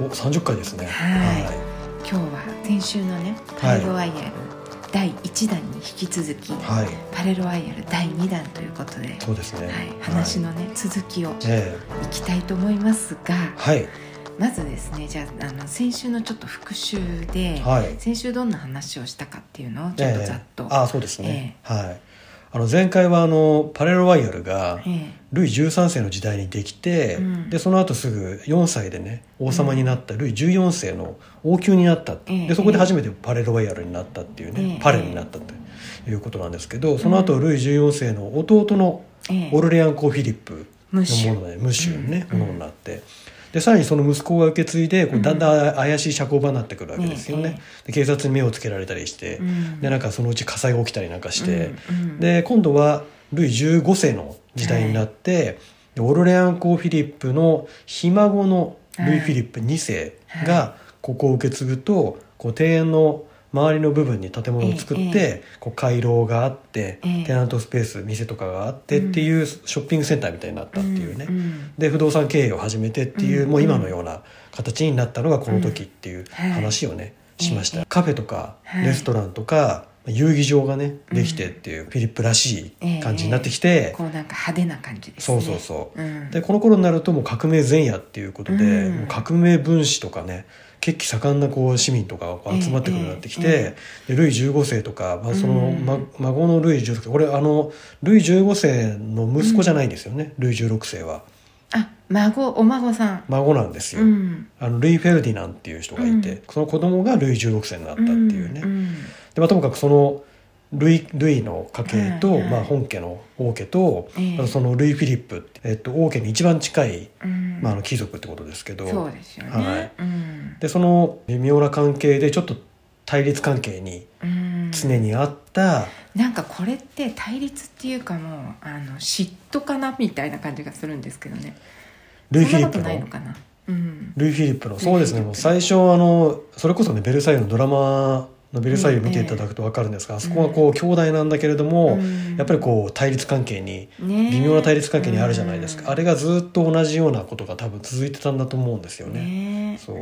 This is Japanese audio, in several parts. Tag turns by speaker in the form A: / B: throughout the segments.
A: お三十回ですね。
B: はい今日は先週のねパレロワイヤル第1弾に引き続き、
A: はい。はい
B: パレロワイヤル第2弾ということで、
A: そうですね。
B: はい、話。のね、続きをい
A: え
B: きたいと思いますが
A: えはい
B: まずですねじゃああの先週のちょっと復習で、
A: はい。
B: 先週どんな話をしたかっていうのをちょっとざっと、
A: ええあそうですね。はい。あの前回はあのパレロワイヤルが
B: え
A: ルイ13世の時代にできて、
B: うん
A: でその後すぐ4歳でね王様になったルイ14世の王宮になったって、
B: ええ
A: でそこで初めてパレロワイヤルになったっていう
B: え
A: ね、
B: え
A: パレになったっていうことなんですけどその後ルイ14世の弟の
B: えええ
A: オルレアン公フィリップ
B: ムッシ
A: の
B: ュ
A: ものでムッシュね、
B: うん
A: ものになってでさらにその息子が受け継いでこ
B: う
A: うんだんだん怪しい社交場になってくるわけですよね、
B: え
A: で警察に目をつけられたりして、
B: うん
A: でなんかそのうち火災が起きたりなんかして。
B: うんうん
A: で今度はルイ15世の時代になって、でオルレアン公フィリップのひ孫のルイ・フィリップ2世
B: は
A: がここを受け継ぐと、こう庭園の周りの部分に建物を作って、
B: ええ
A: こう回廊があって、
B: ええ
A: テナントスペース店とかがあってっていうショッピングセンターみたいになったっていうね、
B: んん
A: で不動産経営を始めてっていう、
B: うん
A: もう今のような形になったのがこの時っていう
B: はい
A: 話をね、
B: ええ
A: しまし
B: え
A: た、
B: え
A: カフェとか
B: はい
A: レストランとか、遊技場がね
B: うん
A: できてっていう、フィリップらし
B: ええ
A: い感じになってきて、
B: こうなんか派手な感じです
A: そ
B: ね
A: うそうそう、
B: うん
A: でこの頃になるともう革命前夜っていうことで、
B: うん
A: もう革命分子とかね血気盛んなこう市民とかがこう集まってくるようになってきて、でルイ15世とか、まあ、その、
B: うん
A: ま孫のルイ16世俺あのルイ15世の息子じゃないんですよね、ルイ16世は
B: あ孫お孫さん
A: 孫なんですよ、
B: うん
A: あのルイ・フェルディナンっていう人がいて、
B: うん
A: その子供がルイ16世になったっていうね、
B: うんうん
A: でまあ、ともかくそのルイルイの家系と、
B: はいはい
A: まあ、本家の王家と、
B: ええ
A: あとそのルイ・フィリップって、えっと、王家に一番近い、
B: うん
A: まあ、あの貴族ってことですけど
B: そうですよね、
A: はい
B: うん
A: でその微妙な関係でちょっと対立関係に
B: うん
A: 常にあった、
B: なんかこれって対立っていうかもうあの嫉妬かなみたいな感じがするんですけどね
A: ルイ・フィリッ
B: そ
A: プ
B: んなことない
A: の
B: のかなうん
A: ルイ・フィリップのそうですね
B: ルイ
A: もう
B: フィリップの
A: 最初あのそれこそね「ベルサイユ」のドラマの「ベルサイユ」見ていただくと分かるんですが、あそこはこう兄弟なんだけれども、やっぱりこう対立関係に
B: りね
A: 微妙な対立関係にあるじゃないですか、あ
B: れ
A: れがずっと同じようなことが多分続いてたんだと思うんですよね。
B: ね
A: そう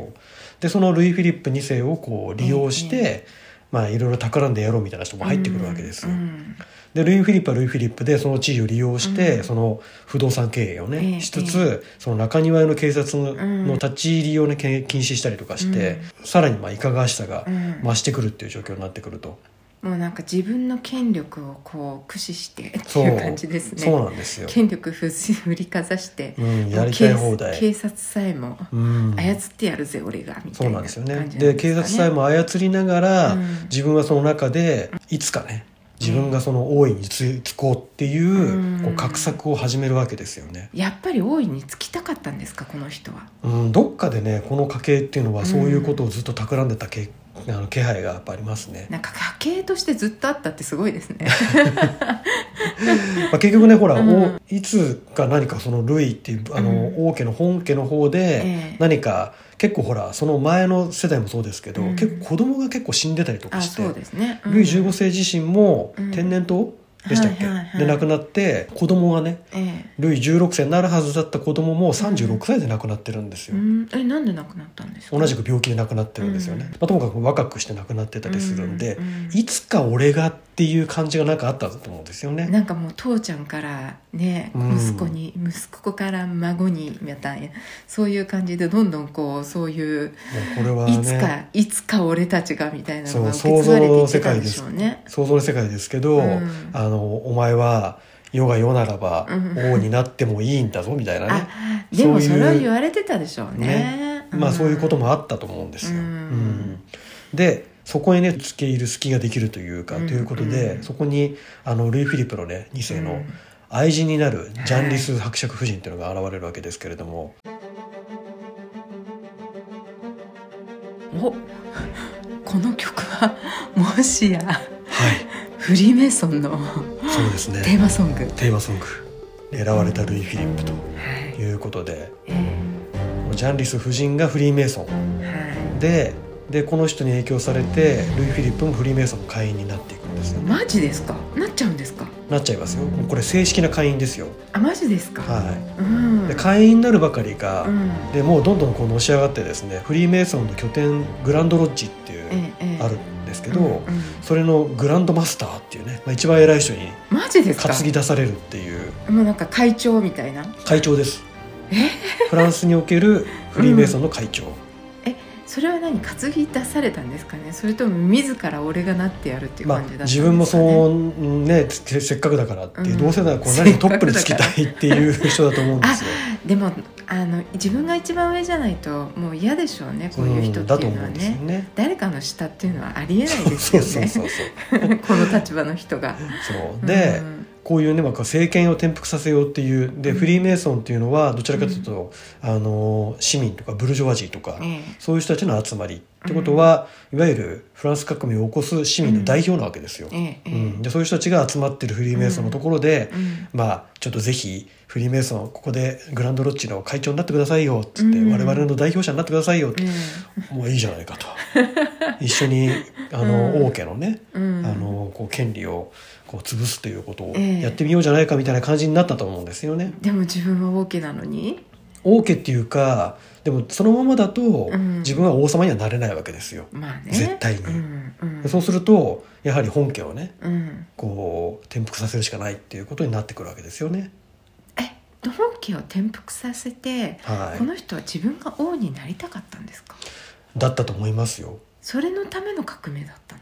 A: でそのルイ・フィリップ2世をこう利用して、
B: え
A: まあいろいろ企んでやろうみたいな人も入ってくるわけですよ。
B: うん
A: でルイ・フィリップはルイ・フィリップでその地位を利用して、
B: うん
A: その不動産経営をね、
B: ええ
A: しつ
B: え
A: つその中庭の警察の,、
B: うん
A: 立ち入りをねけ禁止したりとかして、さらにまあいかがわしさが
B: うん
A: 増してくるっていう状況になってくると、
B: もうなんか自分の権力をこう駆使してって
A: そう
B: いう感じですね
A: そうなんですよ。
B: 権力ふし振りかざして
A: うん、やりたい放題。
B: 警警察さえも
A: うん
B: 操ってやるぜ、俺がみた
A: そう
B: い
A: な
B: なん感
A: です
B: じな
A: よね
B: んですか
A: で警察さえも操りながら、
B: うん
A: 自分はその中でいつかね自分がその大いにつつこうっていう,、
B: うん
A: こう画策を始めるわけですよね、
B: やっぱり大いにつきたかったんですかこの人は
A: うん、どっかでねこの家系っていうのはそういうことをずっと企んでたけ、あの気配がやっぱありますね、
B: なんか家系としてずっとあったってすごいです ね
A: まあ、結局ねほら、
B: うん
A: おいつか何かそのルイっていうあの、
B: うん
A: 王家の本家の方で、
B: ええ
A: 何か結構ほらその前の世代もそうですけど、
B: うん
A: 結構子供が結構死んでたりとか
B: あ
A: して
B: そうですね、うん
A: ルイ15世自身も
B: うん
A: 天然痘でしたっけ、
B: はいはいはい
A: で亡くなって子供がね
B: ええ
A: ルイ16世になるはずだった子供も36歳で亡くなってるんです
B: う
A: よ、
B: んえなんで亡くなったんですか
A: 同じく病気で亡くなってるんですよね、
B: うん
A: まあ、ともかく若くして亡くなってたりするんで、
B: ううん
A: いつか俺がっていう感じがなんかあったと思うんですよね、
B: なんかもう父ちゃんからね
A: うん
B: 息子に、息子から孫にみたいなそういう感じでどんどんこうそういう
A: もうこれはい
B: つ
A: ね
B: かいつか俺たちがみたいなの
A: そ
B: が
A: う
B: 受け継
A: 想
B: が
A: 像
B: れてい
A: の
B: っ
A: 世
B: てた
A: 界
B: ん
A: で
B: ですしょうね
A: 想像の世界ですけど、
B: うん
A: あのお前は世が世ならば
B: うん
A: 王になってもいいんだぞみたいなね、
B: あでも
A: そうい
B: そうれは言われてたでしょうね
A: ね
B: ん
A: まあそういうこともあったと思うんですよ。
B: うん
A: うんでそこにね付け入る隙ができるというか、
B: うん
A: ということで、
B: うん
A: そこにあのルイ・フィリップのね2世
B: う
A: の
B: ん
A: 愛人になるジャンリス伯爵夫人というのが現れるわけですけれども、
B: お この曲はもしや
A: はい
B: フリーメイソンの
A: そうです
B: テー
A: ね
B: マソング、
A: テーマソングに選ばれたルイ・フィリップと
B: はい
A: いうことで
B: え
A: ジャンリス夫人がフリーメイソン
B: えは
A: ででこの人に影響されてルイ・フィリップもフリーメイソンの会員になっていくんですよ
B: い
A: ね。
B: マジですかなっちゃうんですか
A: なっちゃいますよもうこれ正式な会員ですよ
B: あマジですか、
A: は
B: うん
A: いで会員になるばかりか、
B: うん
A: でもうどんどんこうのし上がってですねフリーメイソンの拠点グランドロッジってい
B: え
A: う
B: えええ
A: あるんですけ
B: け
A: ど、それのグランドマスターっていうね、まあ、一番偉い人に
B: マジですか
A: 担ぎ出されるっていう
B: もうなんか会長みたいな
A: 会長ですフランスにおけるフリーメイソンの会長、
B: それは何担ぎ出されたんですかねそれとも自ら俺がなってやるっていう
A: まあ
B: 感じだったんですか、
A: 自
B: ね
A: 分もそうねせせっかくだからって、
B: うん
A: どうせならこう何かトップにつきた
B: せ
A: いっていう人だと思うんですよ。
B: でもあの自分が一番上じゃないともう嫌でしょうねこういう人
A: ん
B: っ
A: だ
B: て
A: と
B: いう
A: 思
B: のは
A: うんですよ
B: ね、
A: ね。
B: 誰かの下っていうのはありえないです
A: そう
B: よ
A: そう
B: ね
A: そうそう。
B: この立場の人が。
A: そう
B: う
A: で、
B: ん
A: こういうね、まあ、こう政権を転覆させようっていうで、
B: うん
A: フリーメイソンっていうのはどちらかというと、あの市民とかブルジョワジーとか、
B: え
A: そういう人たちの集まりってことは、いわゆるフランス革命を起こす市民の代表なわけですよ。
B: えええ
A: うんでそういう人たちが集まってるフリーメイソンのところで、
B: うん
A: まあちょっとぜひフリーメイソンここでグランドロッジの会長になってくださいよっつって、
B: うん
A: 我々の代表者になってくださいよって、
B: え
A: もういいじゃないかと一緒にあの、
B: うん
A: 王家のね
B: えう
A: あ
B: ん
A: のこう権利をこう潰すということを
B: ええ
A: やってみようじゃないかみたいな感じになったと思うんですよね。
B: でも自分は王家なのに
A: 王家っていうかでもそのままだと、
B: ん
A: 自分は王様にはなれないわけですよ。
B: まあね
A: 絶対に
B: うんうん
A: そうするとやはり本家をね
B: うん
A: こう転覆させるしかないっていうことになってくるわけですよね。
B: えドン家を転覆させて、
A: はい
B: こ、の人は自分が王になりたかったんですか
A: だったと思いますよ。
B: それのための革命だったの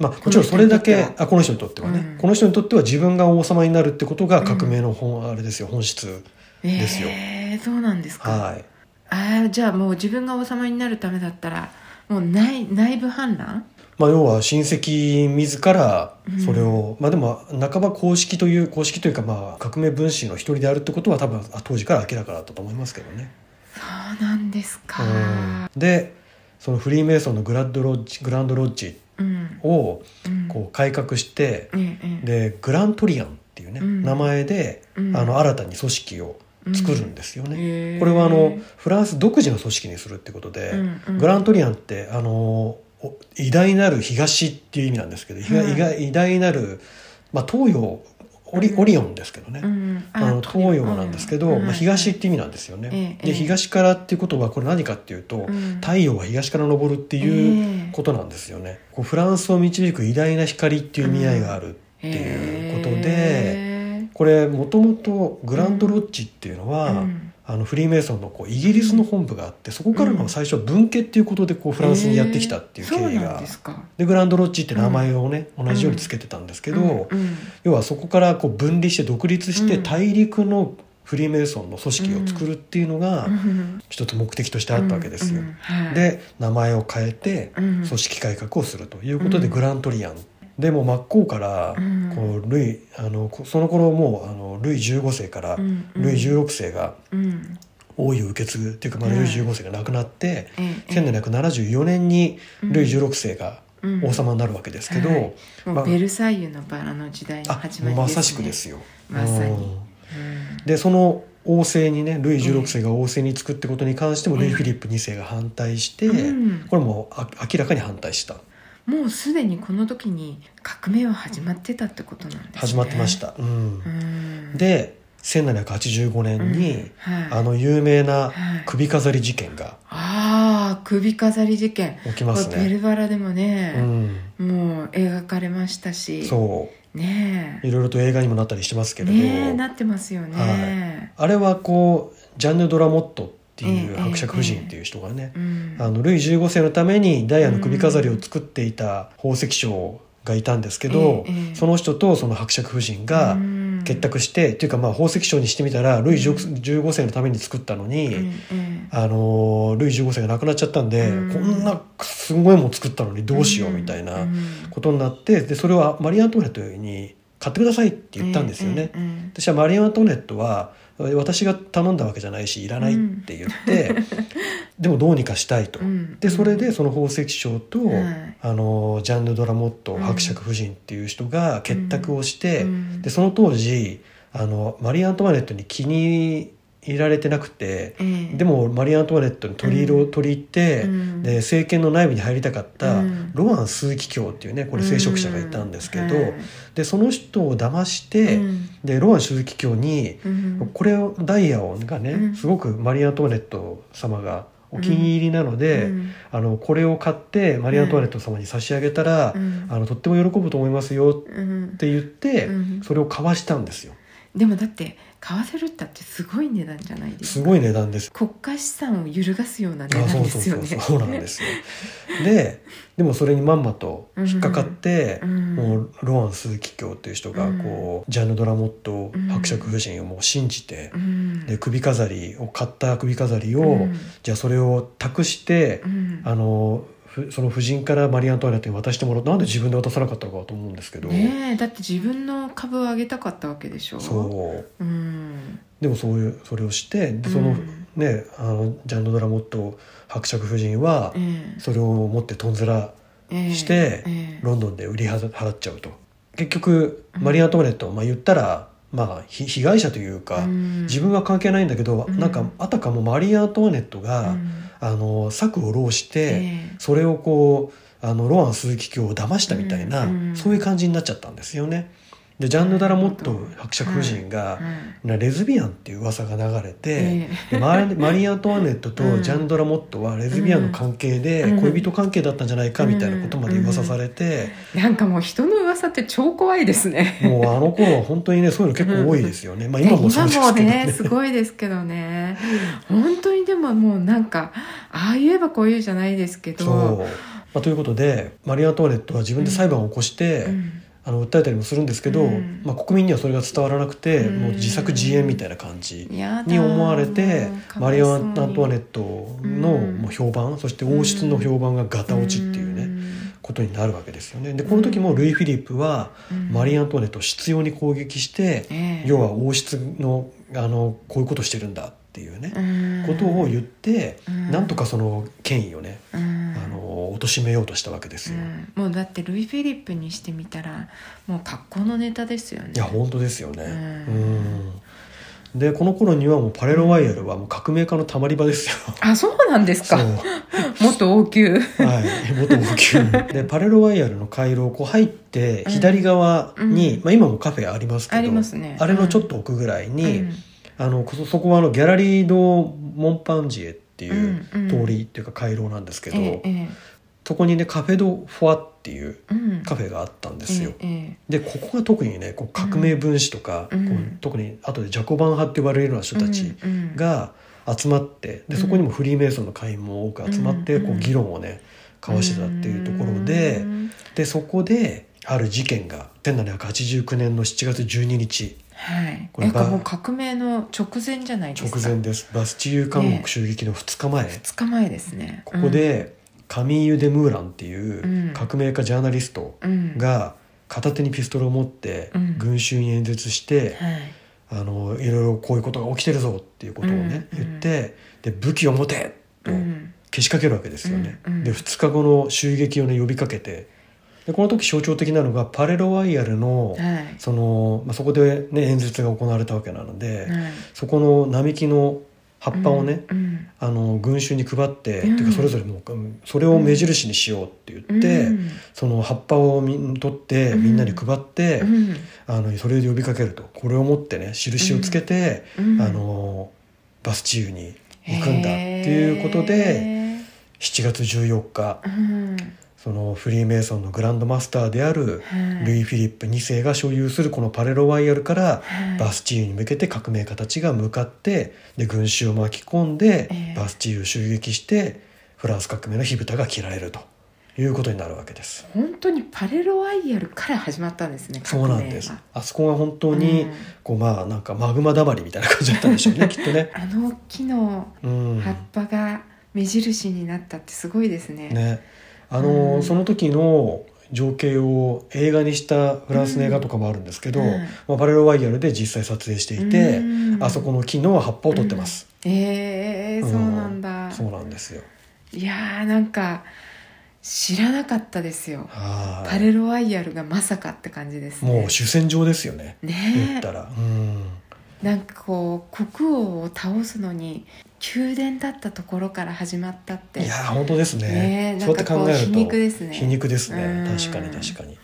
A: まあ、もちろんそれだけ
B: この人にとって
A: あこの人にとってはね、
B: うん
A: この人にとっては自分が王様になるってことが革命の本、あれですよ本質ですよ
B: ええそうなんですか、
A: はい
B: ああじゃあもう自分が王様になるためだったらもう内内部反乱
A: まあ要は親戚自らそれを、まあでも半ば公式という公式というかまあ革命分子の一人であるってことは多分あ当時から明らかだったと思いますけどね、
B: そうなんですか
A: うんでそのフリーメイソンのグランドロッジグランドロッジ
B: うん
A: を
B: うん
A: こう改革して、
B: ええええ
A: でグラントリアンっていうね、
B: うん
A: 名前で、
B: うん
A: あの新たに組織を作るんですよね、
B: へー
A: これはあのフランス独自の組織にするってことで、
B: うんうん
A: グラントリアンってあのお偉大なる東っていう意味なんですけど、ひが
B: うん
A: 偉大偉大なる、まあ、東洋オリ
B: うん
A: オリオンですけどね、
B: うん
A: あの東洋なんですけど、まあ、東っ、て意味なんですよね。
B: ええええ
A: で東からっていうことはこれ何かっていうと、太陽は東から昇るってい
B: ええ
A: うことなんですよね。こうフランスを導く偉大な光っていう意味合いがあるっていうことで、これもともとグランドロッジっていうのは、あのフリーメイソンのこうイギリスの本部があってそこから
B: うん
A: の最初は分家っていうことでこうフランスにやってきたっていう経
B: そう
A: 緯
B: なん
A: が、
B: ですか
A: でグランドロッジって名前をね、同じようにつけてたんですけど、要はそこからこう分離して独立して
B: うん
A: 大陸のフリーメイソンの組織を作るっていうのが一つ目的としてあったわけですよ。で名前を変えて
B: 組
A: 組織改革をするということで
B: うん
A: グラントリアン。でもう真っ向から
B: うん
A: こうルイあのこその頃もうあのルイ15世からルイ16世が王位を受け継ぐっていうか、まあ、
B: うん
A: ルイ15世が亡くなって、1774年にルイ16世が王様になるわけですけど、
B: うんはいベルサイユのバラの時代の
A: あ
B: 始ま
A: も
B: り
A: うまさしくですよ。
B: まさに
A: うんでその王政にねルイ16世が王政につくってことに関しても、
B: うん
A: ルイ・フィリップ2世が反対して、
B: うん
A: これもあ明らかに反対した
B: もうすでにこの時に革命は始まってたってことなんですね
A: 始まってました。うん
B: うん
A: で1785年に、
B: うんはい
A: あの有名
B: は
A: な
B: い
A: 首飾り事件が
B: ああ首飾り事件
A: 起きます
B: これベ
A: ね。
B: ルバラでも
A: う
B: ね、
A: ん、
B: もう描かれましたし
A: そう
B: ね
A: いろいろと映画にもなったりしてますけ
B: え
A: れど、
B: ねえなってますよね、
A: あれはこうジャンヌ・ドラモットってい
B: え
A: う
B: え
A: 伯爵夫人っていう人がね、
B: うん
A: あのルイ15世のためにダイヤの首飾りを作っていた宝石商がいたんですけど、
B: ええええ
A: その人とその伯爵夫人が
B: うん
A: 結託して、っていうかまあ宝石商にしてみたらルイ15世のために作ったのに、
B: うんうん
A: あのルイ15世が亡くなっちゃったんで、
B: うん
A: こんなすごいもん作ったのにどうしようみたい
B: うん
A: なことになってでそれはマリー・アントワネットに買ってくださいって言ったんですよね。
B: うんうん
A: 私はマリー・アントネットは私が頼んだわけじゃないしいらないって言って、でもどうにかしたいと。
B: うん
A: でそれでその宝石商と、
B: はい
A: あのジャンヌ・ドラモット
B: うん
A: 伯爵夫人っていう人が結託をして、
B: うん
A: でその当時あのマリー・アントワネットに気にいられてなくて
B: ええ
A: でもマリー・アントワネットに取り入れを取り入って、
B: うん
A: で政権の内部に入りたかった
B: うん
A: ロアン枢機卿っていうねこれ聖職者がいたんですけど、
B: うん
A: でその人を騙して、
B: うん
A: でロアン枢機卿に
B: うん
A: これをダイヤをがね、
B: うん
A: すごくマリー・アントワネット様がお気に入りなので、
B: うん
A: あのこれを買ってマリー・アントワネット様に差し上げたら、
B: うん
A: あのとっても喜ぶと思いますよ
B: うん
A: って言って、
B: うん
A: それを買わしたんですよ
B: でもだって買わせるったってすごい値段じゃないです
A: す
B: か
A: ごい値段です
B: 国家資産を揺るがすような値
A: あそ
B: 段
A: う
B: で
A: そう
B: すよ
A: そう
B: ね
A: そうなんですよででもそれにまんまと引っかかって、
B: うん
A: もうロアン鈴木卿っていう人がこう、ジャンヌ・ドラモット
B: うん
A: 伯爵夫人をもう信じて
B: う、ん
A: で首飾りを買った首飾りを、
B: うん
A: じゃあそれを託して
B: う、ん
A: あのふその夫人からマリー・アントワネットに渡してもらったなんで自分で渡さなかったのかと思うんですけど、
B: ねえだって自分の株を上げたかったわけでしょ
A: そう
B: う、ん、
A: でもそういうそれをしてでその、
B: うん
A: ねあのジャンヌ・ドラモット伯爵夫人は、
B: え
A: それを持ってとんずら
B: えええ
A: して
B: ええ
A: ロンドンで売り払払っちゃうと結局マリー・アントワネット、まあ、言ったら、まあ、ひ被害者というか、
B: うん
A: 自分は関係ないんだけど、
B: うん
A: なんかあたかもマリー・アントワネットが、
B: うん
A: あの策を弄して、
B: ええ
A: それをこうあのロアン鈴木卿を騙したみたいな、
B: うん
A: そういう感じになっちゃったんですよね。でジャンヌ・ダラモット
B: なるほど
A: 伯爵夫人が、
B: はい
A: なレズビアンっていう噂が流れて、
B: え
A: でマリマリー・アントワネットと
B: うん
A: ジャンドラ・モットはレズビアンの関係で
B: うん
A: 恋人関係だったんじゃないかみたいなことまで噂されて、
B: なんかもう人の噂って超怖いですね。
A: もうあの頃は本当にねそういうの結構多いですよね、まあ、今もそうですけど
B: 今もね
A: ね
B: すごいですけどね本当にでももうなんかああ言えばこう言うじゃないですけど
A: そう、まあ、ということでマリー・アントワネットは自分で裁判を起こして、
B: うん
A: あの訴えたりもするんですけど、
B: うん
A: まあ、国民にはそれが伝わらなくて、
B: うん
A: もう自作自演みたいな感じ。
B: やだ
A: に思われて
B: か
A: マ
B: わ
A: リ
B: いそう
A: ー・
B: に
A: アントワネットの
B: うん
A: もう評判、そして王室の評判がガタ落ちっていうね、ことになるわけですよね。でこの時もルイ・フィリップは
B: うん
A: マリー・アントワネットを執拗に攻撃して、
B: ええ
A: 要は王室のあのこういうことしてるんだっていうね、
B: うん
A: ことを言って、
B: うん
A: なんとかその権威をね、
B: うん
A: あの貶めようとしたわけです
B: う
A: よ。
B: んもうだってルイ・フィリップにしてみたらもう格好のネタですよね
A: いや本当ですよね。
B: う
A: う
B: ん
A: んでこの頃にはもうパレロワイヤルはもう革命家のたまり場ですよ。
B: あ そうなんです
A: そ
B: か
A: う
B: 元王宮
A: はい、元王宮でパレロワイヤルの回廊をこう入って左側に、
B: うん
A: まあ、今もカフェありますけど
B: ありますね
A: あれのちょっと奥ぐらいに、
B: うん
A: あのこそそこはあのギャラリード・モンパンジエっていう
B: うんうん
A: 通りっていうか回廊なんですけど、
B: えええ
A: そこにねカフェ・ド・フォアっていう
B: えうん
A: カフェがあったんですよ。
B: ええ
A: でここが特にねこう革命分子とか、
B: うん
A: こう特に後でジャコバン派って言われるような人たち
B: うん
A: が集まってでそこにもフリーメイソンの会員も多く集まって、
B: うん
A: こう議論をね交わしてたっていうところで、
B: うん
A: でそこである事件が1789年の7月12日
B: はい
A: こ
B: な
A: れ
B: ん
A: が
B: かもう革命の直前じゃないです
A: 直
B: か
A: 前ですバスチーユ監獄襲撃の2日前、
B: 2日前ですね
A: ここ、でカミーユ・デ・ムーランっていう
B: うん
A: 革命家ジャーナリスト
B: うん、
A: が片手にピストルを持って
B: うん
A: 群衆に演説して、
B: はい
A: あのいろいろこういうことが起きてるぞっていうことをね、
B: うんうん
A: 言ってで武器を持てと
B: うん
A: けしかけるわけですよね。
B: うんうん
A: で2日後の襲撃をね呼びかけてでこの時象徴的なのがパレロワイヤルの、
B: はい
A: その、まあ、そこで、ね、演説が行われたわけなので、
B: はい
A: そこの並木の葉っぱをね、
B: うんうん
A: あの群衆に配って、
B: うん
A: っていうかそれぞれもううんそれを目印にしようって言って、
B: うん
A: その葉っぱをみん取って
B: うん
A: みんなに配って、
B: うん
A: あのそれで呼びかけるとこれを持ってね印をつけて、
B: うん
A: あのバスチーユに行くんだっていうことで
B: へー
A: 7月14日
B: うん
A: そのフリーメイソンのグランドマスターである
B: はい
A: ルイ・フィリップ2世が所有するこのパレロワイヤルから
B: はい
A: バスチーユに向けて革命家たちが向かってで群衆を巻き込んで
B: ええ
A: バスチーユを襲撃してフランス革命の火蓋が切られるということになるわけです。
B: 本当にパレロワイヤルから始まったんですね
A: そうなんです
B: 革命は
A: あそこが本当に
B: うん
A: こうまあなんかマグマだまりみたいな感じだったんでしょう ねきっとね。
B: あの木の
A: うん
B: 葉っぱが目印になったってすごいですね
A: ね、あの
B: うん
A: その時の情景を映画にしたフランスの映画とかもあるんですけど、
B: うん
A: まあ、パレロワイヤルで実際撮影していて、
B: うん
A: あそこの木の葉っぱを撮ってます。
B: ええ
A: うん
B: そうなんだ、
A: そうなんですよ。
B: いやーなんか知らなかったですよ、
A: は
B: パ
A: い。
B: レロワイヤルがまさかって感じですね
A: もう主戦場ですよね。
B: ね
A: 言
B: え
A: ったら、うん。
B: なんかこう国王を倒すのに宮殿だったところから始まったって
A: いやー本当ですね
B: ねえ
A: そうやって考え
B: なんかこ
A: ると
B: う皮肉ですね
A: 皮肉ですね
B: うん
A: 確かに確かに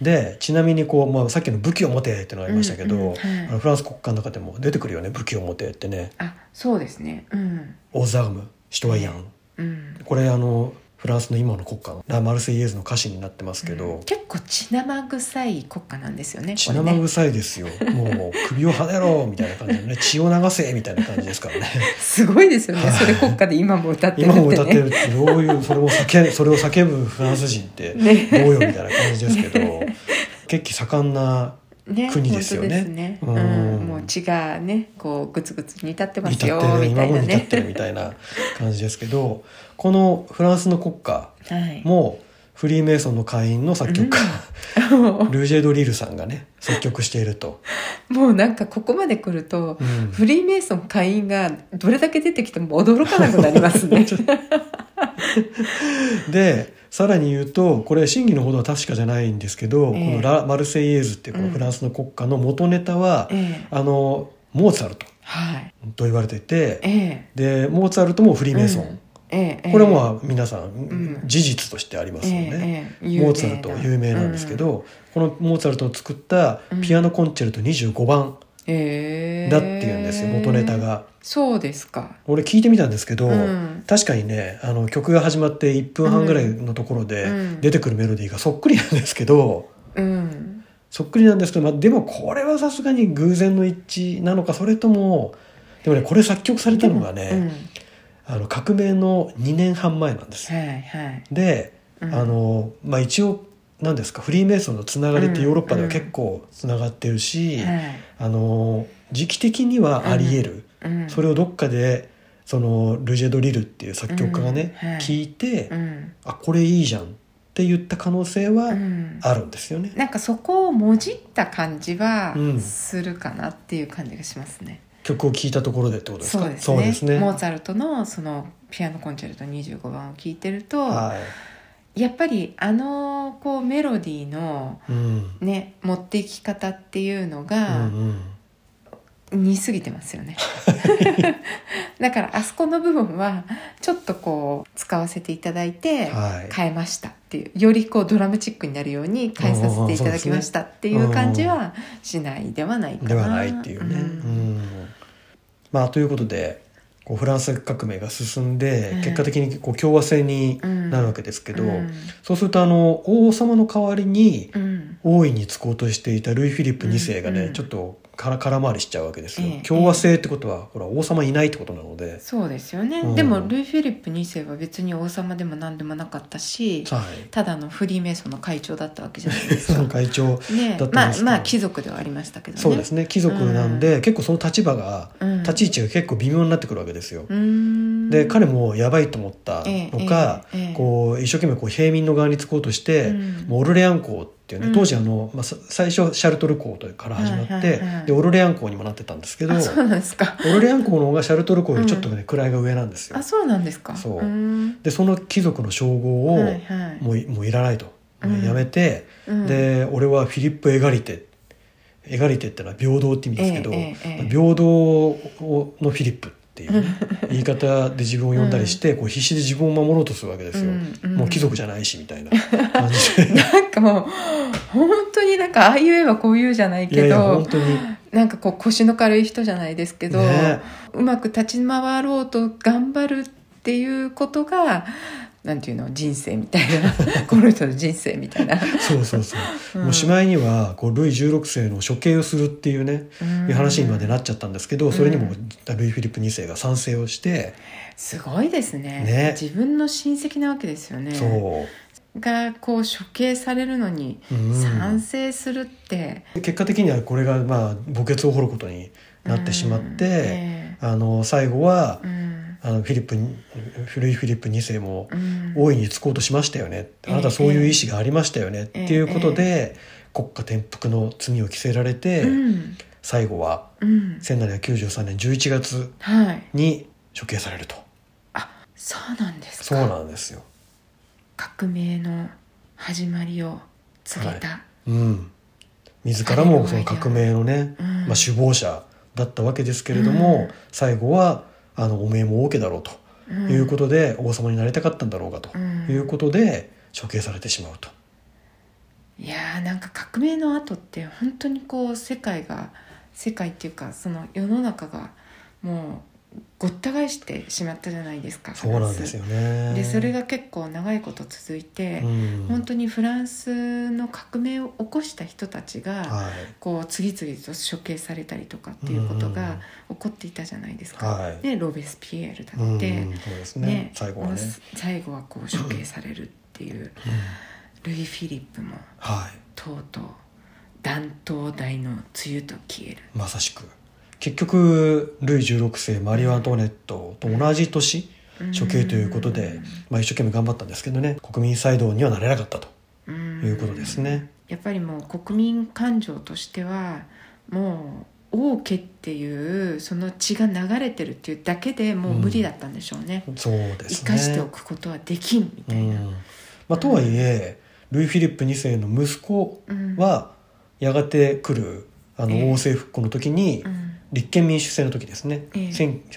A: でちなみにこう、まあ、さっきの「武器を持て」ってのありましたけど、
B: うんうんはい
A: あのフランス国歌の中でも出てくるよね「武器を持て」ってね
B: あそうですねうん
A: 「オザーム」「シトワイアン
B: うん」
A: これあのフランスの今の国歌の「ラ・マルセイエーズ」の歌詞になってますけど、
B: 結構血生臭い国家なんですよね
A: 血生
B: これね
A: 臭いですよ、もう首をはねろみたいな感じで ね血を流せみたいな感じですからね
B: すごいですよね、
A: はい
B: それ国家で今も歌ってるっ
A: 今
B: てね
A: も歌ってるってどういうそれも叫それを叫ぶフランス人って
B: ね
A: どうよみたいな感じですけ ど血気盛んな
B: ね
A: 国ですよね
B: 本当ですね、う
A: うん
B: んもう血がねこうグツグツ煮立って
A: 煮
B: ま
A: 立
B: す
A: って
B: よ
A: る
B: みた
A: 今
B: い
A: も
B: な
A: 煮立ってる
B: ね
A: みたいな感じですけどこのフランスの国歌
B: はい
A: もフリーメイソンの会員の作曲家、
B: も
A: ルージェ・ドリルさんがね作曲していると。
B: う もうなんかここまで来ると
A: うん
B: フリーメイソン会員がどれだけ出てきても驚かなくなりますね
A: でさらに言うとこれ真偽のほどは確かじゃないんですけど、
B: ええ
A: このラ・マルセイエーズっていうこの
B: うん
A: フランスの国歌の元ネタは、
B: ええ
A: あのモーツァルト
B: はい
A: と言われていて
B: え
A: でモーツァルトもフリーメイソン、
B: うんえええ
A: これも皆さん
B: ん
A: 事実としてありますよね、
B: ええええ
A: モーツァルト有名なんですけ、
B: うん
A: ど、このモーツァルトを作ったピアノコンチェルト25番
B: ええ
A: だっていうんですよ、元ネタが。
B: そうですか
A: 俺聞いてみたんですけど、
B: うん
A: 確かにねあの曲が始まって1分半ぐらいのところで
B: うん
A: 出てくるメロディーがそっくりなんですけど、
B: うん
A: そっくりなんですけど、まあ、でもこれはさすがに偶然の一致なのかそれともでもねこれ作曲されたのがね、
B: うん
A: あの革命の2年半前なんです。
B: はいはい
A: で、
B: うん
A: あのまあ、一応なんですかフリーメイソンのつながりってヨーロッパでは結構つながってるし、
B: はい
A: あの時期的にはあり得る。
B: うん
A: それをどっかでそのルジェ・ド・リルっていう作曲家がね、
B: うんはい
A: 聞いて、
B: うん
A: あこれいいじゃんって言った可能性
B: う
A: は
B: ん
A: あるんですよね。
B: なんかそこをもじった感じは
A: うん
B: するかなっていう感じがしますね。
A: 曲を聞いたところでってことです
B: そう
A: か
B: ですねモー
A: ね
B: ツァルトのそのピアノコンチェルト25番を聴いてると、
A: は
B: やっぱりあのこうメロディーの
A: い、うん
B: ね持っていき方っていうの
A: う
B: が
A: んうん
B: 似すぎてますよ ね。だからあそこの部分はちょっとこう使わせていただいて
A: はい
B: 変えましたっていうよりこうドラムチックになるように変えさせていただきましたっていう感じはしないではないかな。
A: ではないっていうね。
B: ん
A: うんまあ、ということでこうフランス革命が進んで、
B: うん
A: 結果的にこう共和制に
B: うん
A: なるわけですけど、
B: うん
A: そうするとあの王様の代わりに
B: うん
A: 大いにつこうとしていたルイ・フィリップ2世がね、
B: うんうん
A: ちょっとから空回りしちゃうわけですよ、
B: ええ
A: 共和制ってことはほら王様いないってことなので、
B: そうですよね、
A: うん
B: でもルイ・フィリップ2世は別に王様でも何でもなかったし
A: はい
B: ただのフリーメイソンの会長だったわけじゃないです
A: そ
B: か
A: の会長
B: ね
A: だったん
B: ま
A: で
B: あ
A: すけど
B: まあ貴族ではありましたけどね
A: そうですね貴族なんで、結構その立場が
B: うん
A: 立ち位置が結構微妙になってくるわけですよ、
B: うーん
A: で彼もやばいと思ったのか、
B: ええええええ
A: こう一生懸命こう平民の側につこうとして、
B: うん
A: もうオルレアン公っていうね
B: うん
A: 当時あの、まあ、さ最初シャルトル公から始まって、
B: はいはいはい
A: でオルレアン公にもなってたんですけど
B: あそうなんですか
A: オルレアン公の方がシャルトル公よりちょっとね、位が上なんですよ
B: あそうなんですか
A: そう
B: ーん
A: でその貴族の称号を、
B: はいはい
A: もういもういらないと、
B: うん
A: やめて、
B: うん
A: で俺はフィリップ・エガリテエガリテってのは平等って意味ですけど、
B: ええええええ
A: 平等をのフィリップっていうね、 言い方で自分を呼んだりして、こう必死で自分を守ろうとするわけですよ、
B: うんうん
A: もう貴族じゃないしみたいな感 じで
B: なんかもう本当になんかああいう絵はこういうじゃないけど
A: いやいや本当に
B: なんかこう腰の軽い人じゃないですけど、
A: ね
B: うまく立ち回ろうと頑張るっていうことがなんていうの人生みたい なこの人の人生みたいな、
A: そうそうそう、
B: うん
A: もうしまいにはこうルイ16世の処刑をするっていうね、
B: うん
A: いう話にまでなっちゃったんですけど、それにもルイ・フィリップ2世が賛成をして、
B: すごいですね
A: ね
B: 自分の親戚なわけですよね
A: そう
B: がこう処刑されるのに
A: うん
B: 賛成するって、
A: 結果的にはこれがまあ墓穴を掘ることになってしまっ
B: うん
A: て、
B: え
A: あの最後は
B: えうん
A: あのフィリップに古いフィリップ2世も
B: うん
A: 大いにつこうとしましたよね、
B: ええ
A: あなたそういう意思がありましたよね、
B: ええ
A: っていうことで、国家転覆の罪を着せられて、
B: うん
A: 最後は
B: うん
A: 1793年11月
B: はい
A: に処刑されると
B: そうなんですか
A: そうなんですよ。
B: 革命の始まりを告げた、
A: うん、自らもその革命のね、
B: うん
A: まあ、首謀者だったわけですけれども、
B: うん
A: 最後はあのおめえも王家だろうと
B: うん
A: いうことで、王様になりたかったんだろうがと
B: うん
A: いうことで処刑されてしまうと。
B: いやーなんか革命の後って本当にこう世界が世界っていうかその世の中がもうごった返してしまったじゃないですか
A: そうなんですよ
B: フラ
A: ね。
B: ンスでそれが結構長いこと続いて、
A: うん
B: 本当にフランスの革命を起こした人たちが、
A: はい
B: こう次々と処刑されたりとかっていうことが起こっていたじゃないですか、
A: はい
B: でロベスピエールだ
A: うん、
B: って、
A: そうですね
B: ね
A: 最後は
B: も
A: ね
B: う。最後はこう処刑されるっていう、
A: うん
B: ルイ・フィリップも
A: は
B: とうとう暖冬大の梅雨と消える
A: いまさしく結局ルイ16世マリオ・アントワネットと同じ年処刑ということで、まあ、一生懸命頑張ったんですけどね国民裁動にはなれなかったと
B: うん
A: いうことですね。
B: やっぱりもう国民感情としてはもう王家っていうその血が流れてるっていうだけでもう無理だったんでしょうね、
A: そうです
B: 生か
A: ね
B: しておくことはできんみた
A: う
B: い
A: ん
B: な、
A: まあ、とはいえルイ・フィリップ2世の息子
B: うん
A: はやがて来るあ
B: え
A: の
B: え
A: 王政復古の時に
B: うん
A: 立憲民主制の時ですね
B: ええ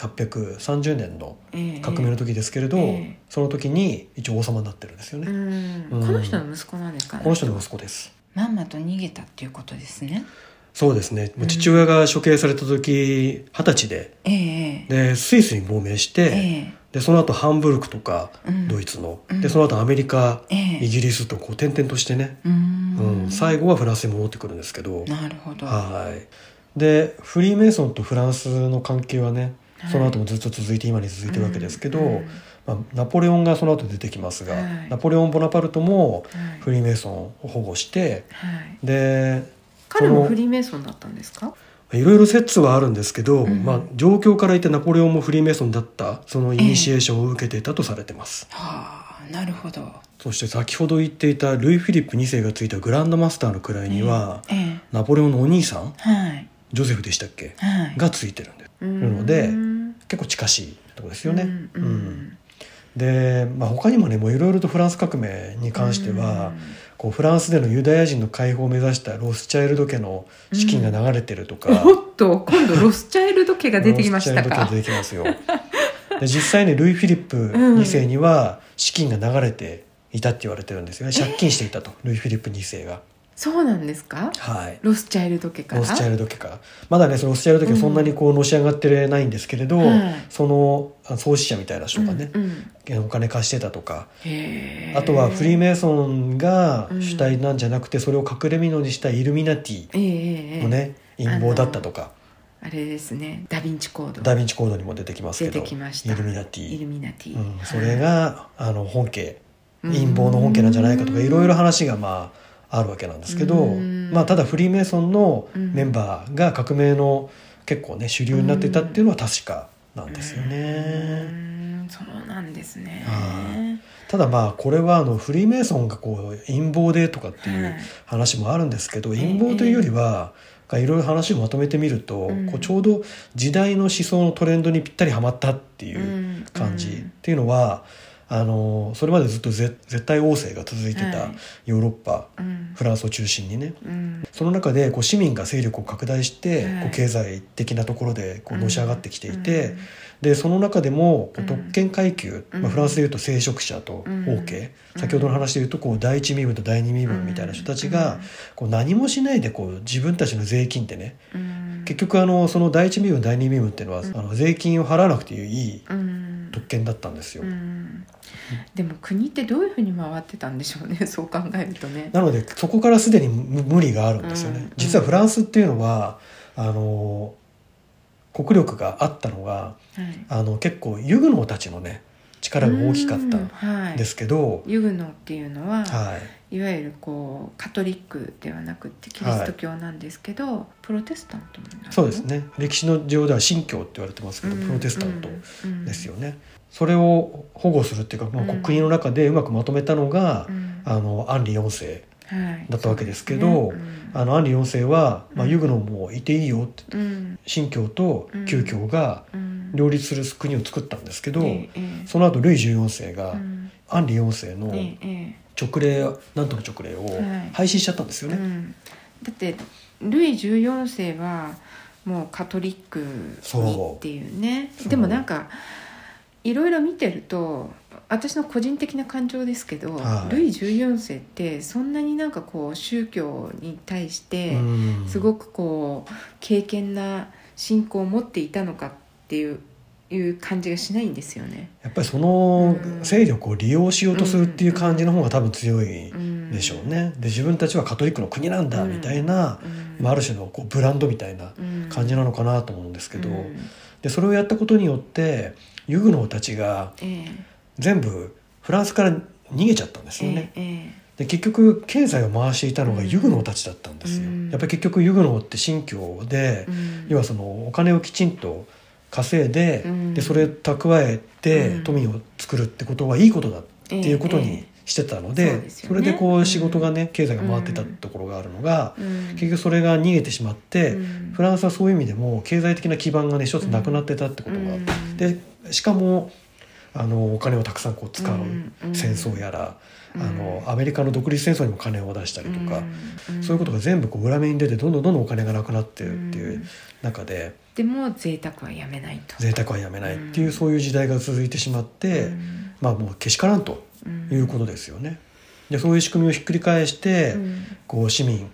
A: 1830年の
B: ええ
A: 革命の時ですけれど
B: ええ
A: その時に一応王様になってるんですよ
B: う
A: ね。
B: ん
A: うん
B: この人の息子なんですかね
A: この人の息子です
B: まんまと逃げたっていうことですね
A: そうですね
B: うん
A: 父親が処刑された時二十歳で
B: えええ
A: でスイスに亡命して、
B: ええ
A: でその後ハンブルクとか
B: うん
A: ドイツの、
B: うん
A: でその後アメリカ、
B: ええ
A: イギリスとこう転々としてね、
B: うーん
A: うん、最後はフランスに戻ってくるんですけど
B: なるほど
A: はいでフリーメイソンとフランスの関係はね
B: はい
A: その後もずっと続いて今に続いてるわけですけど、
B: うんうん
A: まあ、ナポレオンがその後出てきますが、
B: はい
A: ナポレオン・ボナパルトも
B: はい
A: フリーメイソンを保護して
B: はい、
A: で
B: 彼
A: そ
B: も
A: の
B: フリーメイソンだったんですか
A: いろいろ説はあるんですけど、
B: うん
A: まあ、状況から言ってナポレオンもフリーメイソンだったそのイニシエーションを受けていたとされてます、
B: はあなるほど
A: そして先ほど言っていたルイ・フィリップ2世がついたグランドマスターの位には、
B: ええ
A: ナポレオンのお兄さん
B: はい
A: ジョゼフでしたっけ
B: はい
A: がついてるんです
B: うん
A: なので
B: うん
A: 結構近しいとこですよね、
B: うんう
A: うん
B: ん
A: で、まあ、他にもねもういろいろとフランス革命に関しては、こうフランスでのユダヤ人の解放を目指したロスチャイルド家の資金が流れてるとか、
B: おっと今度ロスチャイルド家が 出てきました
A: ロースチャイルド系
B: か
A: 出てきますよで実際にルイ・フィリップ2世には資金が流れていたって言われてるんですよね、借金していたとルイ・フィリップ2世が
B: そうなんですか
A: はい
B: ロスチャイルド家から
A: ロスチャイルド家からまだねそのロスチャイルド家はそんなにこうのし上がってないんですけれど、
B: はい
A: そのあ創始者みたいな人がね、
B: うんうん
A: お金貸してたとか
B: へえ
A: あとはフリーメイソンが主体なんじゃなくてそれを隠れ蓑にしたイルミナティ
B: ええええ
A: のね陰謀だったとか
B: あれですねダヴィンチコード
A: ダヴィンチコードにも出てきますけ
B: 出
A: ど
B: てきました
A: イルミナティ
B: イルミナティ
A: うん、それがあの本家
B: うん
A: 陰謀の本家なんじゃないかとかいろいろ話がまああるわけなんですけど、
B: うん
A: まあ、ただフリーメイソンのメンバーが革命の結構ね主流になっていたっていうのは確かなんですよ
B: う
A: ね。
B: んそうなんですね
A: はただまあこれはあのフリーメイソンがこう陰謀でとかってい
B: はいう
A: 話もあるんですけど
B: え
A: 陰謀というよりはいろいろ話をまとめてみると
B: うん
A: こうちょうど時代の思想のトレンドにぴったりはまったっていう
B: うん
A: 感じ、
B: う
A: っ
B: ん
A: ていうのはあのそれまでずっとぜ絶対王政が続いて
B: は
A: た
B: い
A: ヨーロッパ、
B: うん
A: フランスを中心にね
B: うん
A: その中でこう市民が勢力を拡大して、
B: はい
A: こう経済的なところでこうのし上がってきていて、
B: うん
A: でその中でもこう
B: うん
A: 特権階級、
B: うん
A: まあ、フランスでいうと聖職者と
B: うん
A: 王家、先ほどの話でいうとこう第一身分と第二身分みたいな人たちが、
B: うん
A: こう何もしないでこう自分たちの税金ってね
B: うん
A: 結局あのその第一身分第二身分っていうのは、
B: うん
A: あの税金を払わなくていい
B: うん
A: 特権だったんですよ。
B: うんでも国ってどういうふうに回ってたんでしょうね そう考えるとね
A: なのでそこからすでに無無理があるんですよね、
B: うん
A: 実はフランスっていうのはあの国力があったのが
B: はい
A: あの結構ユグノーたちのね力が大きかっ
B: うん
A: た
B: は
A: ん
B: い
A: ですけど、
B: ユグノーっていうのは、
A: はい
B: い、わゆるこうカトリックではなくってキリスト教なんですけど、プロテスタントになるの
A: そうですね歴史の上では信教って言われてますけど、
B: うん
A: プロテスタント
B: うん
A: ですよね、それを保護するっていうか、まあ、
B: うん
A: 国の中でうまくまとめたのが
B: う、ん
A: あのアンリ4世
B: はい
A: だったわけですけど
B: そうですね
A: あのアンリ4世は、まあ、
B: うん
A: ユグノーもいていいよって
B: うんうん
A: 信教と旧教が
B: うん
A: 両立する国を作ったんですけど、
B: ええええ
A: その後ルイ14世が、
B: うん
A: アンリ4世の
B: ええ
A: 勅令なんとか勅令を
B: はい
A: 廃止しちゃったんですよ
B: う
A: ね。
B: ん、だってルイ14世はもうカトリック
A: そ
B: に
A: う
B: っていうね
A: そう
B: でもなんかいろいろ見てると私の個人的な感情ですけど、
A: はい
B: ルイ14世ってそんなになんかこう宗教に対して、
A: うん
B: すごくこう敬虔な信仰を持っていたのかっていういう感じがしないんですよね。
A: やっぱりその
B: うん
A: 勢力を利用しようとするっていう感じの方が多分強い
B: うん
A: でしょうね。で自分たちはカトリックの国なんだ
B: うん
A: みたいな、
B: うん
A: まあ、ある種のこうブランドみたいな
B: うん
A: 感じなのかなと思うんですけど、
B: うん
A: でそれをやったことによってユグノーたちが
B: え
A: 全部フランスから逃げちゃったんです
B: え
A: よね。
B: ええ
A: で結局経済を回していたのが
B: うん
A: ユグノーたちだったんですよ。
B: うん
A: やっぱり結局ユグノーって信教
B: え
A: で、
B: えうん
A: 要はそのお金をきちんと稼いで,、
B: うん
A: でそれ蓄えて、
B: うん
A: 富を作るってことはいいことだって
B: ええ
A: いうことに
B: え
A: してたの
B: え
A: で,、
B: えそうですよ
A: そ
B: ね
A: れでこう仕事がね経済が回ってたところがあるのが、
B: えうん
A: 結局それが逃げてしまって、
B: うん
A: フランスはそういう意味でも経済的な基盤がね一つなくなってたってことが、
B: うん
A: でしかもあのお金をたくさんこう使う
B: うん
A: 戦争やら、
B: うん
A: あのアメリカの独立戦争にも金を出したりとか。
B: うん
A: そういうことが全部こう裏目に出てどんどんどんどんお金がなくなってるっていううん中で
B: でも贅沢はやめないと。
A: 贅沢はやめないっていううんそういう時代が続いてしまって
B: うん
A: まあもうけしからんと
B: うん
A: いうことですよね。でそういう仕組みをひっくり返して
B: うん
A: こう市民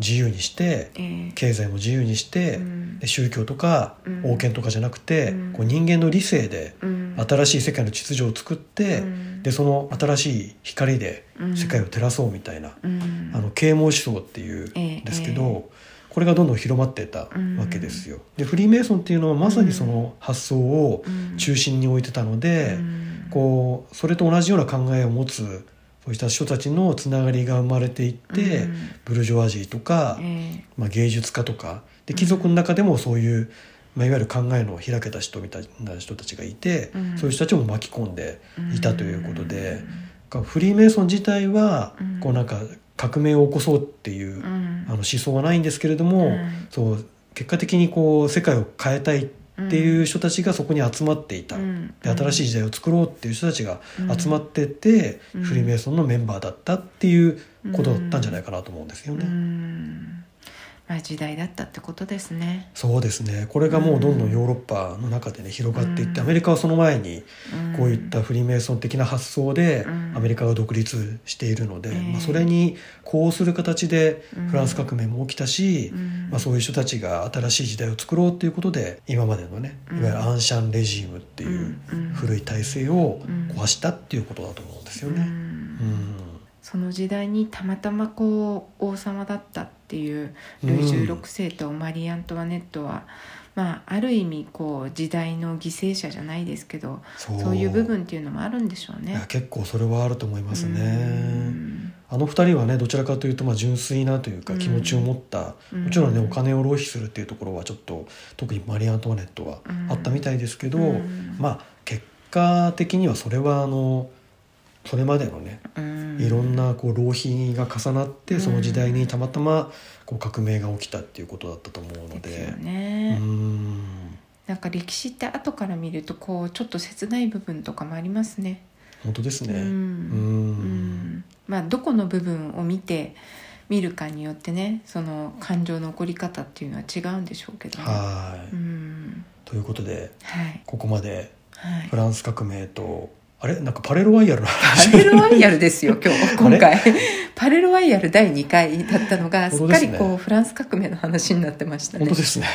A: 自由にして
B: ええ
A: 経済も自由にして
B: うん
A: で宗教とか
B: うん
A: 王権とかじゃなくて
B: うん
A: こう人間の理性で
B: うん
A: 新しい世界の秩序を作って
B: うん
A: でその新しい光で
B: うん
A: 世界を照らそうみたいな
B: うん
A: あの啓蒙思想っていうんですけど、
B: え
A: これがどんどん広まっていったわけですよ。でフリーメイソンっていうのはまさにその発想を
B: うん
A: 中心に置いてたので、
B: うん
A: こうそれと同じような考えを持つそうした人たちのつながりが生まれていって、
B: うん
A: ブルジョワジーとか、
B: ええ
A: まあ、芸術家とかで貴族の中でもそういう、まあ、いわゆる考えの開けた人みたいな人たちがいて、
B: うん
A: そういう人たちも巻き込んでいたということで、がフリーメイソン自体は、
B: うん
A: こうなんか革命を起こそうっていう、
B: うん
A: あの思想はないんですけれども、
B: うん
A: そう結果的にこう世界を変えたいって
B: う
A: い
B: ん
A: う人たちがそこに集まっていた、
B: うん
A: で新しい時代を作ろうっていう人たちが
B: うん
A: 集まってて、
B: うん
A: フリーメイソンのメンバーだったっていうことだったんじゃないかなと思うんですよね。
B: うんまあ時代だったってことですね。
A: そうですねこれがもうどんどんヨーロッパの中でね広がっていって、アメリカはその前に
B: ん
A: こういったフリーメイソン的な発想で
B: うん
A: アメリカが独立しているので、
B: ええ
A: まあ、それに呼応する形で
B: うん
A: フランス革命も起きたし、
B: うん
A: まあ、そういう人たちが新しい時代を作ろうということで今までのね
B: うん
A: いわゆるアンシャンレジームっていう
B: うん
A: 古い体制を
B: うん
A: 壊したっていうことだと思うんですよ
B: う
A: ね。
B: ん
A: うん
B: その時代にたまたまこう王様だったっていうルイ
A: うん
B: 16世とマリー・アントワネットは、まあ、ある意味こう時代の犠牲者じゃないですけど
A: そう
B: そういう部分っていうのもあるんでしょう
A: いや
B: ね。
A: 結構それはあると思います
B: う
A: ね。
B: ん
A: あの二人はねどちらかというとまあ純粋なというか
B: うん
A: 気持ちを持った、
B: うん
A: もちろんねお金を浪費するっていうところはちょっと特にマリー・アントワネットは
B: うん
A: あったみたいですけど、
B: うん
A: まあ結果的にはそれはあのそれまでのね
B: うん
A: いろんなこう浪費が重なって
B: うん
A: その時代にたまたまこう革命が起きたっていうことだったと思うの
B: ですよ
A: で。う
B: ね、
A: ん
B: なんか歴史って後から見るとこうちょっと切ない部分とかもありますね。
A: 本当ですね。
B: う
A: うんん
B: まあ、どこの部分を見て見るかによってねその感情の起こり方っていうのは違うんでしょうけどね、
A: は
B: う
A: い。
B: ん
A: ということで
B: はい
A: ここまで
B: はい
A: フランス革命とあれなんかパレルワイヤルの話
B: パレルワイヤルですよ今日今
A: あ
B: 回パレルワイヤル第2回だったのがすっ
A: 本当
B: か
A: です
B: り
A: ね
B: こう、フランス革命の話になってましたね
A: 本当ですね、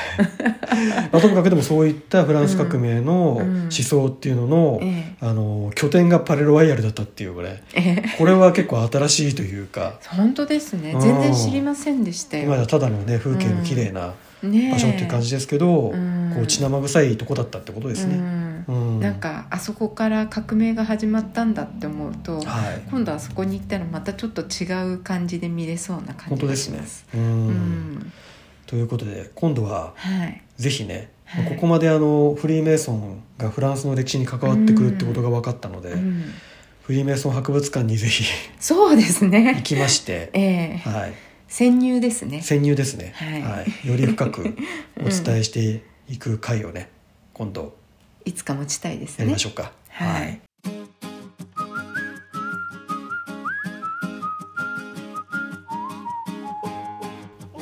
A: まあ、ともかくでもそういったフランス革命の
B: うんうん
A: 思想っていうのの,、
B: え
A: あの拠点がパレルワイヤルだったっていうこれ
B: ええ
A: これは結構新しいというか
B: 本当ですね
A: うん
B: 全然知りませんでしたよ
A: 今ではただのね風景の綺麗な
B: ねえ
A: 場所っていう感じですけど、
B: うん
A: こう血生臭いとこだったってことですね。
B: う
A: うん
B: ん、なんかあそこから革命が始まったんだって思うと
A: はい
B: 今度はそこに行ったらまたちょっと違う感じで見れそうな感
A: 本
B: じ
A: 当
B: が
A: で
B: し
A: すね
B: ま。す。
A: う
B: うんん
A: ということで今度は
B: はい
A: ぜひね、
B: はい
A: ここまであのフリーメイソンがフランスの歴史に関わってくるってことが分かったので、
B: うん
A: フリーメイソン博物館にぜひ
B: そうです
A: 行
B: ね。
A: きま して、
B: ええ
A: はい、
B: 潜入ですね。
A: 潜入ですね、
B: はい
A: より深 くお伝えしていく回をね、今度
B: いつか持ちたいです
A: や
B: ね。
A: りましょうか、
B: はい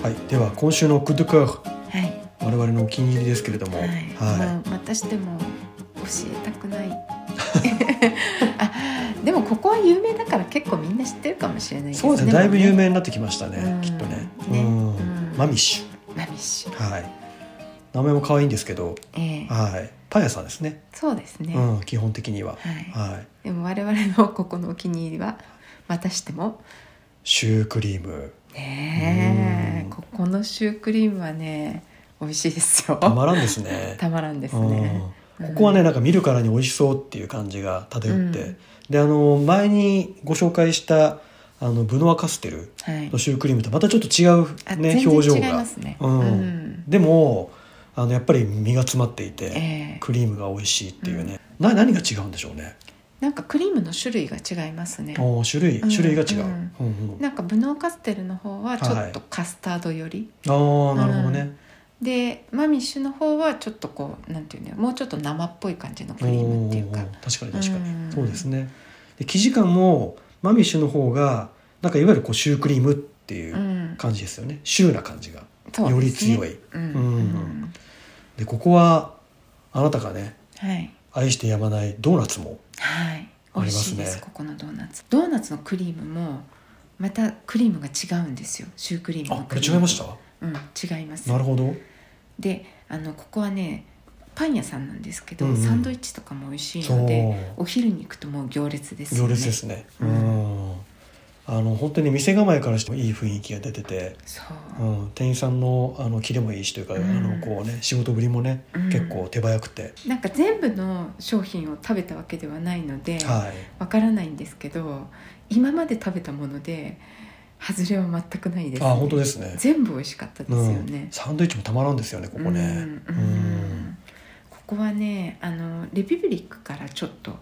A: はい、では今週の「クドゥカー
B: はい。」
A: あ我々のお気に入りですけれども、
B: は
A: はいい、
B: まあ、またしても教えたくない あでもここは有名だから結構みんな知ってるかもしれないです
A: そ
B: ね
A: うですね。だいぶ有
B: も
A: 名になってきましたね。
B: うん
A: きっとね。
B: ね
A: うん
B: うん
A: マミッシ
B: うねマミッシュ
A: ュ。、はい。名前も可愛いんですけど、
B: ええ
A: はい。パン屋さんですね。
B: そうですね、
A: うん、基本的には。
B: はい
A: はい。
B: でも我々のここのお気に入りはまたしても
A: シュークリーム。
B: ね
A: う
B: え
A: ん
B: ここのシュークリームはね美味しいですよ
A: たまらんです ね。
B: たまらんですね、
A: うんここはね、
B: うん
A: なんか見るからに美味しそうっていう感じが漂って。
B: うん
A: で、あの、前にご紹介した、あの、ブノワカステル
B: はい
A: のシュークリームとまたちょっと違
B: あ
A: うね、
B: 全然
A: 表情
B: 違いま
A: が。
B: すね、
A: うんでも、あの、やっぱり身が詰まっていて。
B: ええ
A: クリームが美味しいっていうね、な何が違うんでしょうね
B: なんかクリームの種類が違いますね
A: おー種類
B: うん
A: 種類が違
B: う
A: う、うんんうん
B: なんかブノーカステルの方はちょっとカスタード寄り、
A: ああなるほどね、
B: でマミッシュの方はちょっとこうなんていうのもうちょっと生っぽい感じのク
A: お
B: リームっていうか
A: ー確かに確かに、
B: うん
A: そうですねで生地感もマミッシュの方がなんかいわゆるこうシュークリームっていううん感じですよね、シューな感じが
B: そう
A: よ
B: で
A: り
B: すね
A: 強い
B: うん
A: うん
B: うん
A: でここはあなたがね
B: はい
A: 愛してやまないドーナツも
B: はい
A: あ
B: 美味
A: りますね
B: しいですここのドーナツドーナツのクリームもまたクリームが違うんですよシュークリーム
A: あ
B: の
A: こ
B: ク
A: れ
B: リー
A: 違
B: ム
A: いました
B: うん違います
A: なるほど
B: であのここはねパン屋さんなんですけど、
A: うんうん
B: サンドイッチとかも美味しい
A: そう
B: のでお昼に行くともう行列ですよ
A: 行
B: ね
A: 列ですね
B: う
A: うんんあの本当に店構えからしてもいい雰囲気が出てて
B: そう、
A: うん、店員さんのあのキレもいいしというか、
B: うん
A: あのこうね仕事ぶりもね、
B: うん
A: 結構手早くて、
B: なんか全部の商品を食べたわけではないのでわ
A: はい
B: からないんですけど今まで食べたもので外れは全くないです、
A: あ本当ですね
B: 全部美味しかったです
A: う
B: よ
A: ん
B: ね、、
A: サンドイッチもたまらんですよねここね
B: うんうんここはねあのレビブリックからちょっと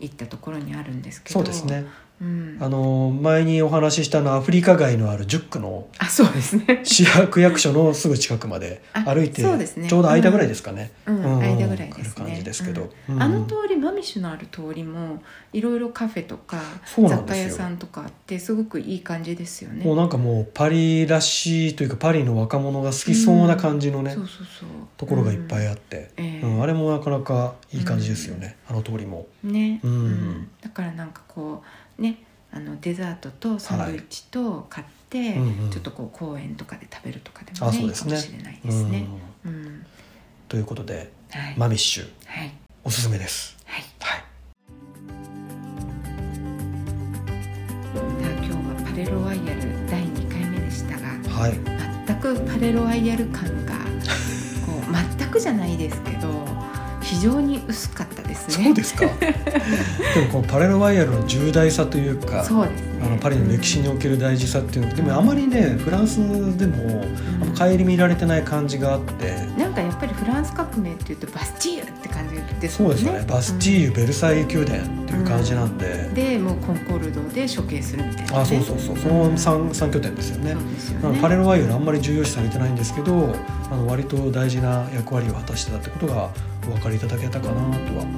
B: 行ったところにあるんですけど
A: そうです、ね
B: うん、
A: あの前にお話ししたあのアフリカ街のある10区の
B: あそうですね
A: 市役役所のすぐ近くまで
B: あ
A: 歩いて
B: そうですね
A: ちょうど間ぐらいですかね、
B: うん、
A: うん
B: 間ぐらいです
A: 来る
B: ね
A: 感じですけど、
B: う
A: うんん
B: あの通りマミッシュのある通りもいろいろカフェとか
A: そうな
B: 雑
A: んで
B: 貨
A: すよ
B: 屋さんとかあってすごくいい感じですよね
A: もうなんかもうパリらしいというかパリの若者が好きそうな感じのね、
B: そうそうそう
A: ところがいっぱいあって、
B: うんええ
A: うん、あれもなかなかいい感じですよね、あの通りも。
B: ね、
A: うん
B: だからなんかこうねあのデザートとサンドイッチと買って、
A: うんうん
B: ちょっとこう公園とかで食べるとかでも
A: あ
B: ね
A: そう
B: いい
A: です
B: か
A: ね
B: もしれないですね
A: うん
B: うん、
A: ということで、
B: はい、
A: マミッシュ
B: はい
A: おすすめです。
B: はい
A: はい、
B: さあ今日はパレロワイヤル第2回目でしたが
A: はい、
B: 全くパレロワイヤル感 がこう全くじゃないですけど非常に薄かったですね。
A: そうです かでもこのパレルワイヤルの重大さというか
B: そうですね
A: あのパリの歴史における大事さっていうのでもあまりねフランスでも
B: うん
A: 顧みられてない感じがあって。
B: なんかやっぱりフランス革命っていうとバスチーユって感じです
A: そ
B: も
A: うん
B: ね。
A: ですよねバスチーユ、ベルサイユ宮殿っていう感じなんで、
B: うんでもうコンコルドで処刑するみたいな、ね。
A: あそうそうそうその 3, 三拠点ですよね
B: そうですよ
A: なの
B: ね。
A: でパレルワイヤルあんまり重要視されてないんですけどあの割と大事な役割を果たしてたってことがお分かりいただけたかなとは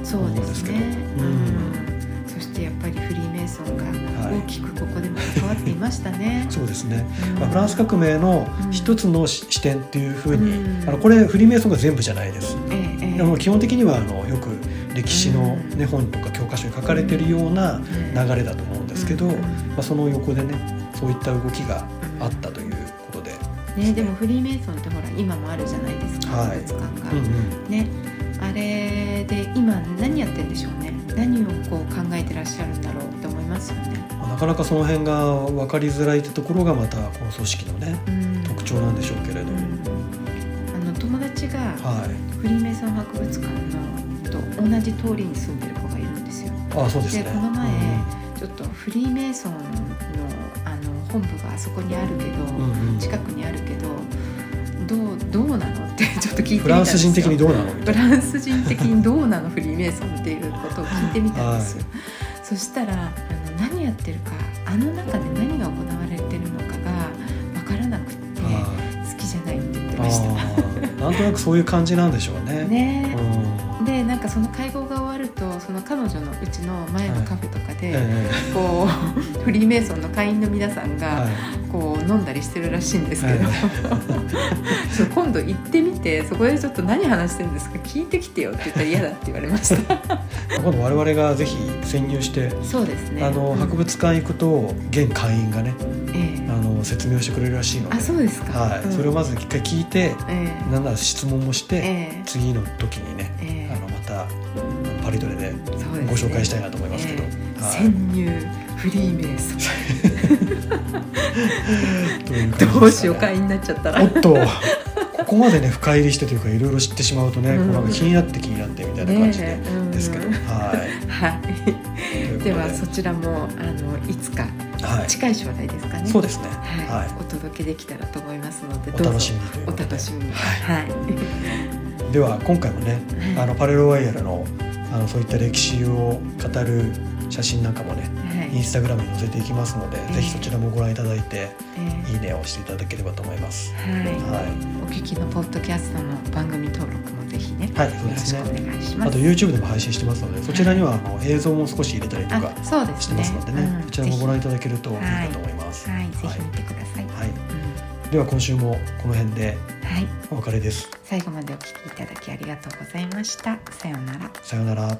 B: そ
A: 思う
B: うんで
A: ですすけど
B: ね。う
A: うん
B: ん。そしてやっぱりフリーメイソンが
A: はい。
B: 大きくここでも関わっていましたね
A: そうですね、
B: うん
A: まあ、フランス革命の
B: うん
A: 一つのし視点っていうふうに、
B: うん
A: あのこれフリーメイソンが全部じゃないです。
B: ええええ
A: でも基本的にはあのよく歴史の、
B: うん
A: ね本とか教科書に書かれてるような流れだと思うんですけど、
B: うん
A: まあ、その横でねそういった動きがあったということで、
B: ね、でもフリーメイソンってほら今もあるじゃないですか、
A: はい
B: 博物館が、
A: うんうん
B: ねあれで今何やってんでしょうね何をこう考えてらっしゃるんだろうって思いますよね、
A: まあなかなかその辺が分かりづらいってところがまたこの組織のね
B: うん、
A: 特徴なんでしょうけれど、
B: うんあの友達が
A: はい
B: フリーメイソン博物館のと同じ通りに住んでる子がいるんですよ
A: あそうですね
B: でこの前
A: う
B: ちょっとフリーメイソンのあの本部があそこにあるけど、
A: んうんうん
B: 近くにあるけどどうどうなのってちょっと聞いてみたん
A: フラ
B: で
A: ン
B: す
A: ス
B: よ
A: 人的にどうなのみ
B: フ
A: たいな
B: ランス人的にどうなのフリーメイソンっていうことを聞いてみたんですよ、そしたらあの何やってるかあの中で何が行われてるのかが分からなくって好
A: はい
B: きじゃないって言って
A: あ
B: まし
A: ーなんとなくそういう感じなんでしょう
B: た
A: ね。
B: ね
A: うん
B: でなんかその会合が終わるとその彼女のうちの前のカフェとかで、
A: え
B: こうフリーメイソンの会員の皆さん
A: え
B: が、
A: はい
B: こう飲んだりしてるらしいんですけど、
A: は
B: ちょっと今度行ってみてそこでちょっと何話してるんですか聞いてきてよって言ったら嫌だって言われました
A: 今度我々がぜひ潜入して、
B: そうですね
A: あの博物館行くと現会員がね
B: え
A: あ
B: え
A: の説明をしてくれるらしいので
B: あそうですか
A: はい
B: うん
A: それをまず一回聞いて
B: え
A: なんなら質問もし
B: え
A: て、
B: え
A: 次の時にね
B: ええ
A: あのまたパリトレで
B: えそうですね
A: ご紹介したいなと思いますけど、
B: ええ
A: はい
B: 潜入フリーメイソン
A: という感じですかね
B: どうしよう会員になっちゃったら
A: おっとここまでね深入りしてというかいろいろ知ってしまうとね、
B: うん
A: こうなんか気になって気になってみたいな感じで、
B: ねえうん
A: ですけど、はい。
B: はい
A: というこ と
B: ではそちらもあのいつか
A: はい、
B: 近い将来ですかね
A: そうですね。
B: はい
A: は
B: お届けできたらと思いますので
A: い、お
B: どう
A: 楽
B: ぞ
A: しみにという
B: お
A: ことで、
B: 楽しみに
A: は
B: はい
A: い、では今回もね、
B: はい
A: あのパレルワイヤルのあのそういった歴史を語る写真なんかもね、
B: はい
A: インスタグラムに載せていきますので、
B: え
A: ぜひそちらもご覧いただいて、
B: えー
A: いいねを押していただければと思います。
B: は、
A: はい
B: お聞きのポッドキャストの番組登録もぜひね、
A: い、はい、そう
B: よ
A: で
B: ろ
A: す
B: しくお
A: ね。
B: 願いしま
A: あと
B: す。
A: YouTube でも配信してますので、そちらにはあの映像も少し入れたりとか。
B: あ、そうで
A: し
B: す
A: て
B: ね。
A: ますのでね、
B: うん
A: こちらもご覧いただけるといい
B: ぜひ
A: かと思います。
B: はい、ぜひ見てください。
A: はい
B: うん
A: では今週もこの辺で
B: はい、
A: お別れです。
B: 最後までお聞きいただきありがとうございました。さようなら。
A: さようなら。